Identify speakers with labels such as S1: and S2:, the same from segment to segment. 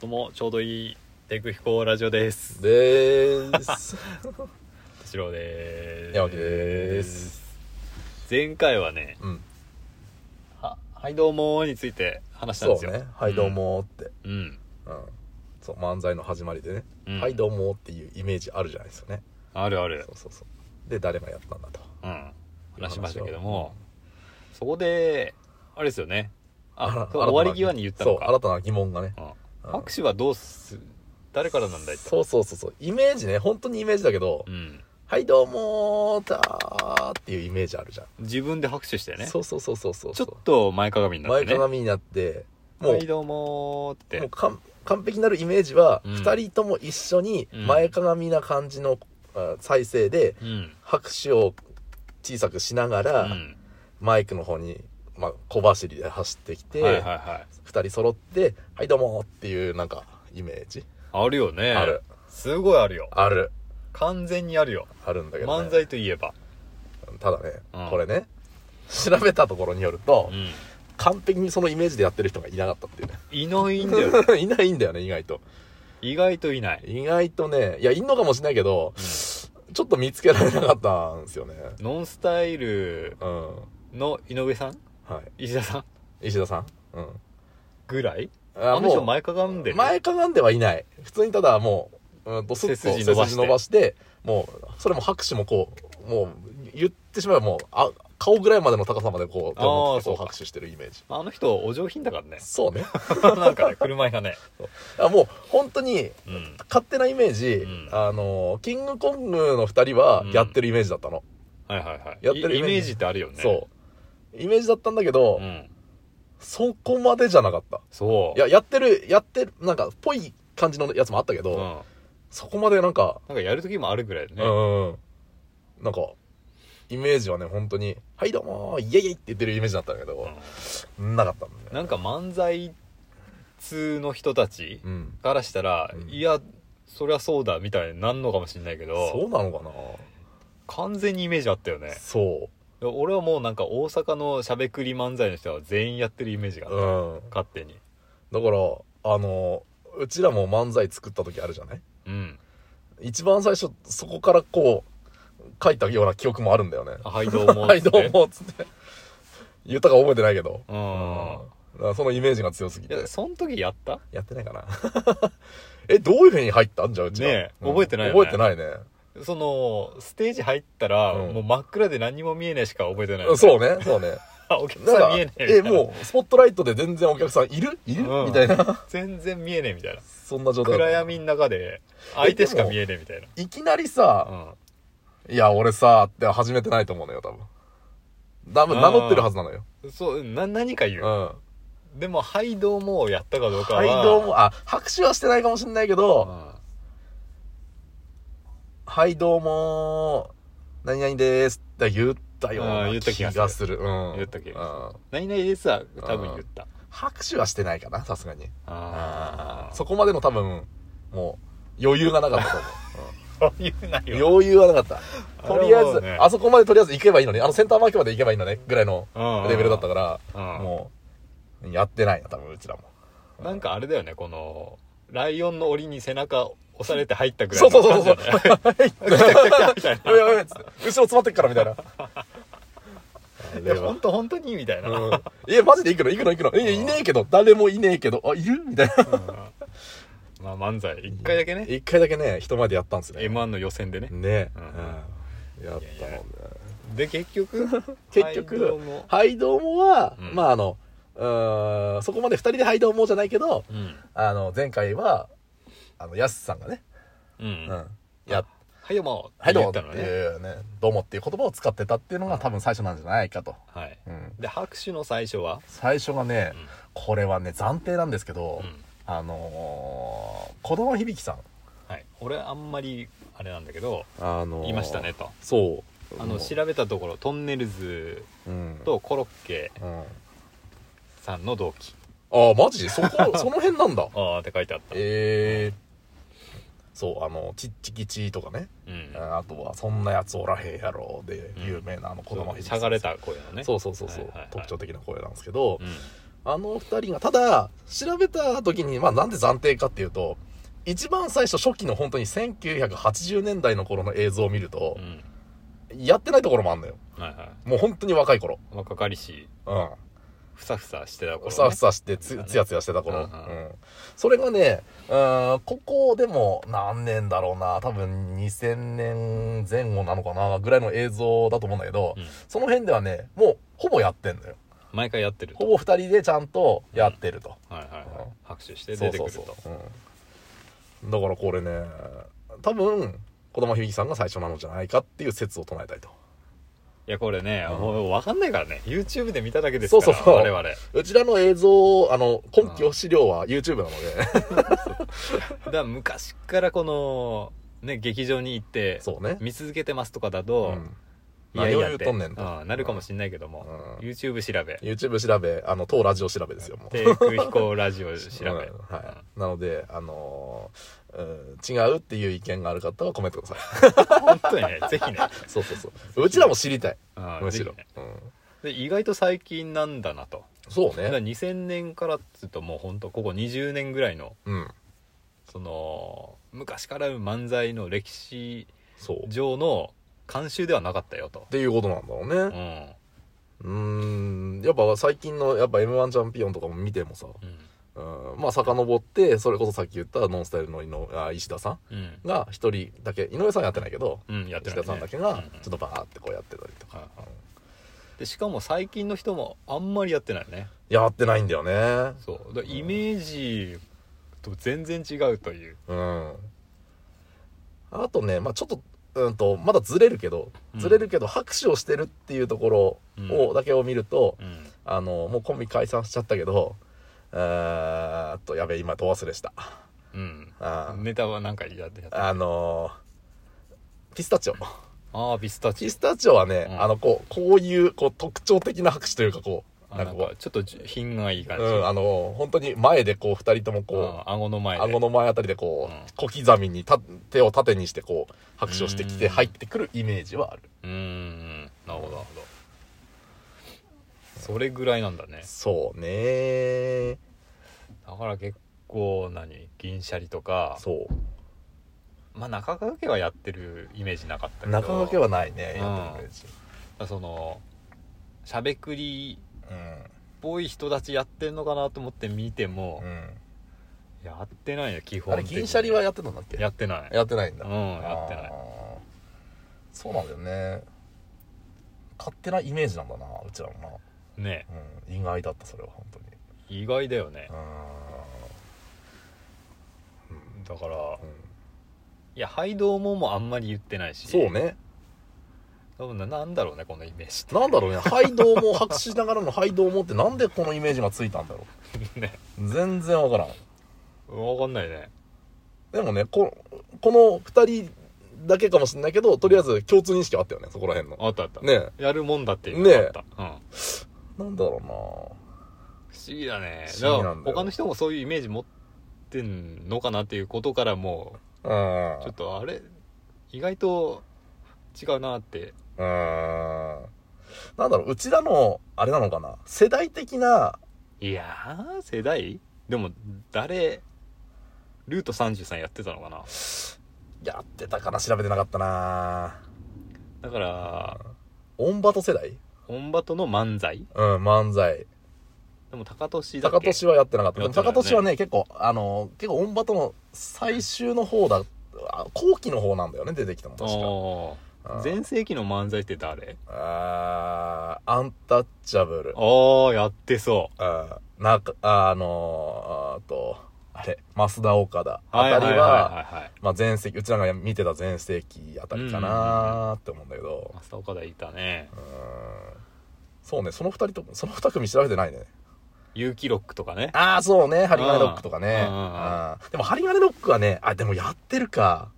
S1: どうもちょうどいいテク飛行ラジオです
S2: でー す
S1: 敏郎です
S2: 山木です
S1: 前回はね
S2: うん
S1: 「ははいどうも」について話したん
S2: そ
S1: です
S2: う
S1: よ
S2: ね「はいどうも」って、
S1: うん、うん
S2: うんそう漫才の始まりでね「
S1: うん
S2: はいどうも」っていうイメージあるじゃないですかね
S1: あるある
S2: そうそうそうで誰がやったんだと
S1: うん話しましたけどもそこであれですよね あ
S2: ら
S1: 終わり際に言ったの
S2: そう新
S1: か
S2: たな疑問がね
S1: うん
S2: うん
S1: 拍手はどうす誰からなんだいと
S2: そうそうそうそうイメージね本当にイメージだけど
S1: うん
S2: 「はいどうもーたー」っていうイメージあるじゃん、
S1: 自分で拍手してね
S2: そうそうそうそうそう
S1: ちょっと前かがみになっ
S2: 前
S1: てね
S2: かがみになってもう,、
S1: はいどうもーって
S2: もう完完璧なるイメージは
S1: うん
S2: 2人とも一緒に
S1: うん
S2: 前かがみな感じの、あ再生で
S1: うん
S2: 拍手を小さくしなが
S1: う
S2: ら、
S1: ん
S2: マイクの方に、まあ、小走りで走ってきて、
S1: はいはいはい
S2: 2人揃って「はいどうも」っていうなんかイメージ
S1: あるよね
S2: ある
S1: すごいあるよ
S2: ある
S1: 完全にあるよ
S2: あるんだけど、ね、
S1: 漫才といえば
S2: ただね、
S1: うん
S2: これね調べたところによると、
S1: うん
S2: 完璧にそのイメージでやってる人がいなかったっていうね
S1: いないんだよ
S2: いないんだよね意外と
S1: 意外といない
S2: 意外とねいやいんのかもしれないけど、ちょっと見つけられなかったんですよね
S1: ノンスタイル
S2: うん
S1: の井上さん
S2: は
S1: 石田さん
S2: い石田さんうん
S1: ぐらい
S2: あ
S1: あの人
S2: もう
S1: 前かがんでる
S2: 前かがんではいない普通にただもう、うん、とスッと
S1: 背筋伸
S2: 背
S1: ばして
S2: 筋伸ばしてもうそれも拍手もこうもう言ってしまえばもうあ顔ぐらいまでの高さまでこう手を持って
S1: あーそ
S2: こ
S1: うか
S2: う拍手してるイメージ
S1: あの人お上品だからね
S2: そうね
S1: なんかね車いがね
S2: あもう本当に
S1: うん
S2: 勝手なイメージ、
S1: ん
S2: あのキングコングの2人は
S1: うん
S2: やってるイメージだったの、
S1: はいはいはい
S2: やってる
S1: いイメージってあるよね
S2: そうイメージだったんだけど、
S1: うん
S2: そこまでじゃなかった
S1: そう
S2: いややってるやってるなんかっぽい感じのやつもあったけ
S1: う
S2: ど、
S1: んなん
S2: そこまでなんか
S1: かやる時もあるぐらいだね
S2: うん。なんか、イメージはね、本当に、はいどうもー、イエイイエイって言ってるイメージだったんだけど、なかった
S1: う
S2: んだよ
S1: ん
S2: ね。
S1: なんか漫才通の人たち
S2: うん。
S1: からしたら、
S2: うん
S1: いやそりゃそうだみたいになんのかもしれないけ
S2: そ
S1: ど
S2: うなのかな、
S1: 完全にイメージあったよね
S2: そ
S1: 俺はもうなんか大阪のしゃべくり漫才の人は全員やってるイメージがあ
S2: う。
S1: る、
S2: うん。
S1: 勝手に
S2: だから、あの、うちらも漫才作った時あるじゃない
S1: うん
S2: 一番最初、そこからこう、書いたような記憶もあるんだよね。
S1: はいどうも
S2: はいどう
S1: っ
S2: も、つって。言ったか覚えてないけど。
S1: つってうん
S2: だからそのイメージが強すぎ
S1: い
S2: て
S1: や。その時やった
S2: やってないかな。 え、どういう風に入ったんじゃあうちら。
S1: ねえ
S2: うん
S1: 覚えてないよね
S2: 覚えてないね。
S1: そのステージ入ったら、
S2: うん
S1: もう真っ暗で何も見えないしか覚えてない、
S2: うんそうね、そうね。
S1: あお客
S2: なん
S1: さん
S2: か
S1: 見えねえみた
S2: え
S1: いな
S2: もうスポットライトで全然お客さんいるいる、
S1: うん
S2: みたいな
S1: 全然見えねえみたいな
S2: そんな状態
S1: 暗闇の中で相手しか見えねえみたい
S2: いきなり
S1: な、う
S2: さ、
S1: ん、
S2: いや俺さって始めてないと思うのよ多分多分名乗ってるはずなのよ
S1: そうな何か言
S2: う
S1: う、
S2: んは
S1: でも「はいどうも」をやったかどうかは、
S2: いどうもあ拍手はしてないかもしんないけど、はいどうも何々でーすって言ったよう
S1: あー
S2: な
S1: 言った気
S2: 気
S1: がする
S2: がするうん
S1: 言った気が
S2: うん
S1: 何々ですは多分言った
S2: 拍手はしてないかなさすがに
S1: あ
S2: そこまでの多分もう余裕がなかった と思う、うん
S1: あ言うなよ
S2: 余裕はなかった。
S1: あ
S2: と
S1: れ
S2: り
S1: は
S2: あえ
S1: もうね
S2: ず、あそこまでとりあえず行けばいいのに、あのセンターマークまで行けばいいのね、ぐらいのレベルだったから、
S1: ら
S2: もう、やってないな、多分うちらも。
S1: なんかあれだよねこのライオンの檻に背中押されて入ったぐらい
S2: そう
S1: の
S2: そうそうそう。
S1: 感じだよね来た来た
S2: はい
S1: 来たみた
S2: や
S1: い
S2: べ
S1: な
S2: やべ、後ろ詰まってっから、みたいな。
S1: いや本当本当にみたいな、うん
S2: うんいや、マジで行くの行くの行くの。いや、いねえけど、誰もいねえけど、あ、いるみたいな。
S1: まあ漫才一回だけね
S2: 一回だけね、人前でやったんですね。
S1: m 1の予選でね
S2: ね
S1: うん
S2: え。やったもんね。
S1: で 結局
S2: 結
S1: は
S2: 局
S1: いどうも
S2: はい、どうもは
S1: うん、
S2: まあ、あの、うーんそこまで二人ではいどうもじゃないけど、
S1: うん
S2: あの、前回は、あの、やすさんがね、
S1: うん、
S2: う
S1: は
S2: ん。や、
S1: いどうも
S2: はい、どう
S1: 言
S2: も
S1: っ
S2: って
S1: た
S2: い
S1: のね
S2: うね、どうもっていう言葉を使ってたっていうのが多分最初なんじゃないかと。
S1: はい
S2: うん。
S1: で拍手の最初は、
S2: 最初がね、これはね、暫定なんですけど、
S1: うん
S2: あのー、子供響さん。
S1: はい、俺あんまりあれなんだけど
S2: あの
S1: いましたね。と
S2: そう。
S1: あの調べたところトンネルズ
S2: うん。
S1: とコロッケ
S2: うん。あ
S1: さんの同期
S2: あ、マジそこ、その辺なんだ。
S1: ああって書いてあった、
S2: ええそう、あの、ちっちきちとかね。
S1: うん
S2: あとは、そんなやつおらへんやろで、有名なあの子
S1: そ
S2: 供
S1: う
S2: 響
S1: し
S2: さん。
S1: ゃがれた声のね
S2: そうそうそうそ
S1: は
S2: う、
S1: いはいはい
S2: 特徴的な声なんですけど、
S1: うん、
S2: あの二人が、ただ、調べた時に、まあなんで暫定かっていうと、一番最初初期の本当に1980年代の頃の映像を見ると
S1: う、ん
S2: やってないところもあんのよ。
S1: はいは
S2: もう本当に若い頃。
S1: い若かりし
S2: うん。
S1: ふさふさしてた頃、ね、
S2: ふさふさしてつ、つやつやしてた頃。
S1: うん
S2: う
S1: うん
S2: ん。それがね、うーん、ここでも何年だろうな、多分2000年前後なのかな、ぐらいの映像だと思うんだけど、
S1: うん
S2: その辺ではね、もうほぼやってんだよ。
S1: 毎回やってると
S2: ほぼ二人でちゃんとやってると。
S1: はいはいは
S2: うん
S1: い拍手して出てくると
S2: う、うん、だからこれね、多分、子供響さんが最初なのじゃないかっていう説を唱えたいと。
S1: いやこれね、
S2: うん
S1: もう分かんないからね YouTube で見ただけですから
S2: そうそうそう
S1: 我 々だ
S2: うちらの映像、あの、根拠資料は YouTube なので、
S1: から昔からこのね劇場に行って
S2: そうね。
S1: 見続けてますとかだと、
S2: うん
S1: いやいやっ
S2: 何を言う
S1: て
S2: とんねんと
S1: うんなるかもしんないけども、
S2: うん
S1: YouTube 調べ
S2: YouTube 調べ、あの、当ラジオ調べですよ、もう。
S1: 低空飛行ラジオ調べ、
S2: うん はい。なので、あのーうん違うっていう意見がある方はコメントください。
S1: 本当にねぜひね、
S2: そうそうそう。うちらも知 りたい。
S1: うん
S2: む
S1: ぜ
S2: し
S1: ひ
S2: ろ
S1: ね。
S2: うん
S1: で意外と最近なんだなと
S2: そう
S1: だから
S2: ね。
S1: 2000年からっつうともうほんとここ20年ぐらいの
S2: うん。
S1: その昔からある漫才の歴史
S2: そう。っ
S1: 上の慣習ではなかったよと、
S2: ていうことなんだろうね。
S1: うん
S2: うーんやっぱ最近のやっぱ m 1チャンピオンとかも見てもさ、
S1: うん
S2: うん、まあ遡ってそれこそさっき言ったノンスタイルの井のあ石田さ
S1: うん
S2: んが一人だけ井上さんやってないけど、
S1: うん、やって
S2: 石
S1: る、ね、
S2: 田さんだけが
S1: うんうん
S2: ちょっとバーってこうやってたりとか、
S1: はいはいでしかも最近の人もあんまりやってないね
S2: やってないんだよね
S1: そうだからイメージと全然違うという、
S2: うんあとねまあちょっとうんとまだずれるけど
S1: うん
S2: ずれるけど拍手をしてるっていうところをだけを見ると、
S1: うん、
S2: あのもうコンビ解散しちゃったけどえーっとやべえ今ど忘れした
S1: うん
S2: あー
S1: ネタはなんかやってやったあ
S2: あのーピスタチオ。
S1: あーピスタチオ
S2: ピスタチオはね、
S1: うん
S2: あの、こう、こういう、こう、特徴的な拍手というか、こう、
S1: あ
S2: なん
S1: な
S2: か
S1: ん
S2: こ
S1: かちょっとじ品がいい感
S2: う、
S1: じ、
S2: うん、あの、本当に前でこう、二人ともこ
S1: あ顎の
S2: う、
S1: 前で
S2: 顎の前あたりでこ
S1: うん
S2: う、小刻みにた、手を縦にしてこう、拍手をしてきて
S1: うん
S2: 入ってくるイメージはある。
S1: うーんなるほどなるほどそれぐらいなんだね
S2: そうね
S1: だから結構何銀シャリとか
S2: そ
S1: まあ中川家はやってるイメージなかったけ
S2: う。
S1: ど
S2: 中川家はないね、
S1: うん
S2: やってるイメージ
S1: そのしゃべくり
S2: う
S1: っぽい人たちやってんのかなと思って見ても、
S2: ん。
S1: やってないよ基
S2: うん。
S1: 本
S2: あれ、
S1: 的に
S2: 銀シャリはやってたんだっけ
S1: やってない
S2: やってないんだ。
S1: うんやってない
S2: あーそうなんだよね勝手なイメージなんだなうちらもな、
S1: ね
S2: うん、意外だったそれは本当に
S1: 意外だよね
S2: うー
S1: だ
S2: ん
S1: から
S2: うん
S1: いやハイドウももうあんまり言ってないし
S2: そうね
S1: 多分ななんだろうねこのイメージ
S2: なんだろうねハイドウも 拍手しながらのハイドウもってなんでこのイメージがついたんだろ
S1: って ね
S2: う全然わからん
S1: 分かんないね
S2: でもねここの2人だけかもしれないけどとりあえず共通認識はあったよねそこら辺の
S1: あったあった
S2: ね
S1: やるもんだっていうのがあった、うん
S2: えなんだろ
S1: 不思議だね
S2: 不
S1: だ
S2: 思議
S1: か
S2: な
S1: ら
S2: んだよ
S1: 他の人もそういうイメージ持ってんのかなっていうことからも
S2: うなう
S1: う
S2: ー
S1: ちょ
S2: ん
S1: っとあれ意外と違うなって
S2: うーんなんだろううちらのあれなのかな世代的ない
S1: やー世代でも誰ルート33やってたのかな
S2: やってたかな調べてなかったな
S1: だから
S2: オンバト世代
S1: オンバトの漫才
S2: うん、漫才。
S1: でも高俊だっ
S2: 高
S1: け
S2: 俊はやってなかった。
S1: や
S2: でも
S1: ってない
S2: 高俊はね、結構、あの、結構オンバトの最終の方だ、あ後期の方なんだよね、出てきたの確か。
S1: お
S2: うん
S1: ー全盛期の漫才って誰
S2: あーアンタッチャブル。
S1: ああやってそ
S2: あーなんか、あのー、あと、あれ、増田岡田
S1: うはいは
S2: あ
S1: い
S2: た
S1: はい
S2: りは、
S1: はいはい
S2: まあ前世紀、うちらが見てた前世紀あたりかなーって思うんだけど、
S1: 増田岡田いたね
S2: うんそうね、その二人と、その二組調べてないね。
S1: 結城ロックとかね
S2: ああ、そうね。針金ロックとかね。
S1: うんうんうん
S2: あーでも針金ロックはね、あ、でもやってるか。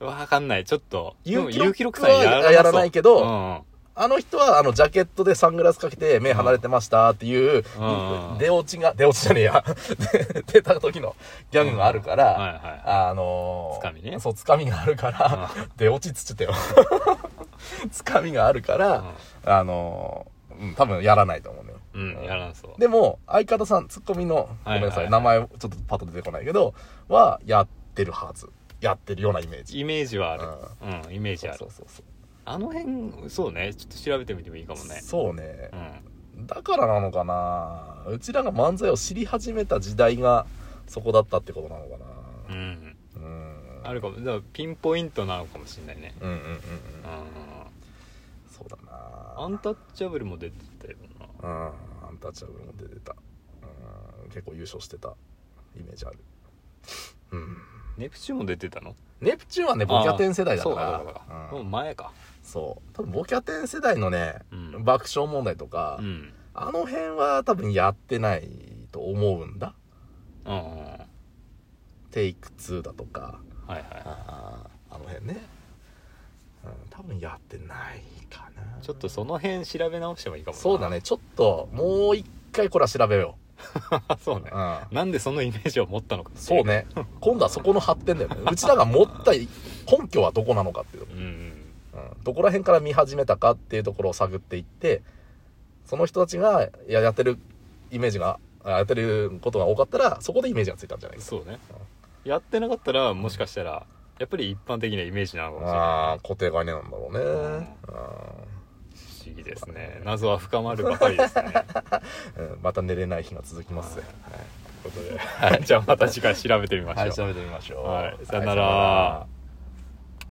S1: わかんないちょっとでも
S2: 結城ロック
S1: 結
S2: は
S1: 城そう
S2: やらないけど
S1: うんうん
S2: あの人は、あの、ジャケットでサングラスかけて、目離れてましたっていう
S1: うんう、ん
S2: 出落ちが、出落ちじゃねえや。 で出た時のギャグがあるか
S1: は
S2: ら、
S1: いはい
S2: あのー
S1: つかみね
S2: そう、つかみがあるから、出落ちつっちゃったよ。 つかみがあるから、あのーうん多分やらないと思うのよ。
S1: ううん、やらんそう。
S2: でも、相方さん、ツッコミの、ご
S1: はい
S2: めんなさ
S1: はい
S2: い、名前、ちょっとパッと出てこないけど、は、やってるはず。やってるようなイメージ。
S1: イメージはある。うん、イメージあ
S2: そ
S1: る
S2: う。そうそう
S1: あの辺、そうね、ちょっと調べてみてもいいかも
S2: そう。
S1: ね。
S2: そうね
S1: う。ん。
S2: だからなのかなうちらが漫才を知り始めた時代が、そこだったってことなのか
S1: う
S2: な、
S1: ん。
S2: うん、
S1: あるかも。だからピンポイントなのかもしれないね。
S2: うんうんうんうん。
S1: うん。
S2: そうだな
S1: アンタッチャブルも出てたよな。
S2: うん、アンタッチャブルも出てた。うん、結構優勝してたイメージある。うん。
S1: ネプチューンも出てたの
S2: ネプチューンはね、ボキャテン世代だか
S1: そう
S2: ら。
S1: かそうかそうか。も
S2: う
S1: うん前か。
S2: そう。多分ボキャテン世代のね、
S1: うん
S2: 爆笑問題とか、
S1: うん。
S2: あの辺は多分やってないと思うんだ。
S1: うんうんうん。はい
S2: テイク2だとか、
S1: は
S2: あーあの辺ね。うん、多分やってないかな。
S1: い。ちょっとその辺調べ直してもいいかもな
S2: そうだ。ね、ちょっともう一回これは調べよ
S1: そうね
S2: う。。うん。
S1: なんでそのイメージを持ったのか。
S2: そう。 ね。今度はそこの発展だよね。うちらが持った根拠はどこなのかっていう、
S1: うんうん。
S2: うん、どこら辺から見始めたかっていうところを探っていって、その人たちがややってるイメージが、あやってることが多かったら、そこでイメージがついたんじゃないですか。
S1: そうね。やってなかったら、もしかしたら、やっぱり一般的なイメージなのかもしれ
S2: あ
S1: な
S2: あ、固定概念なんだろうね。
S1: い。不思議ですね。謎は深まるばかりです ね。
S2: うんうんまた寝れない日が続きますね。
S1: ということで、はいじゃあまた次回調べてみましょう。
S2: べてみましょ
S1: はいさよなら
S2: はいさよなら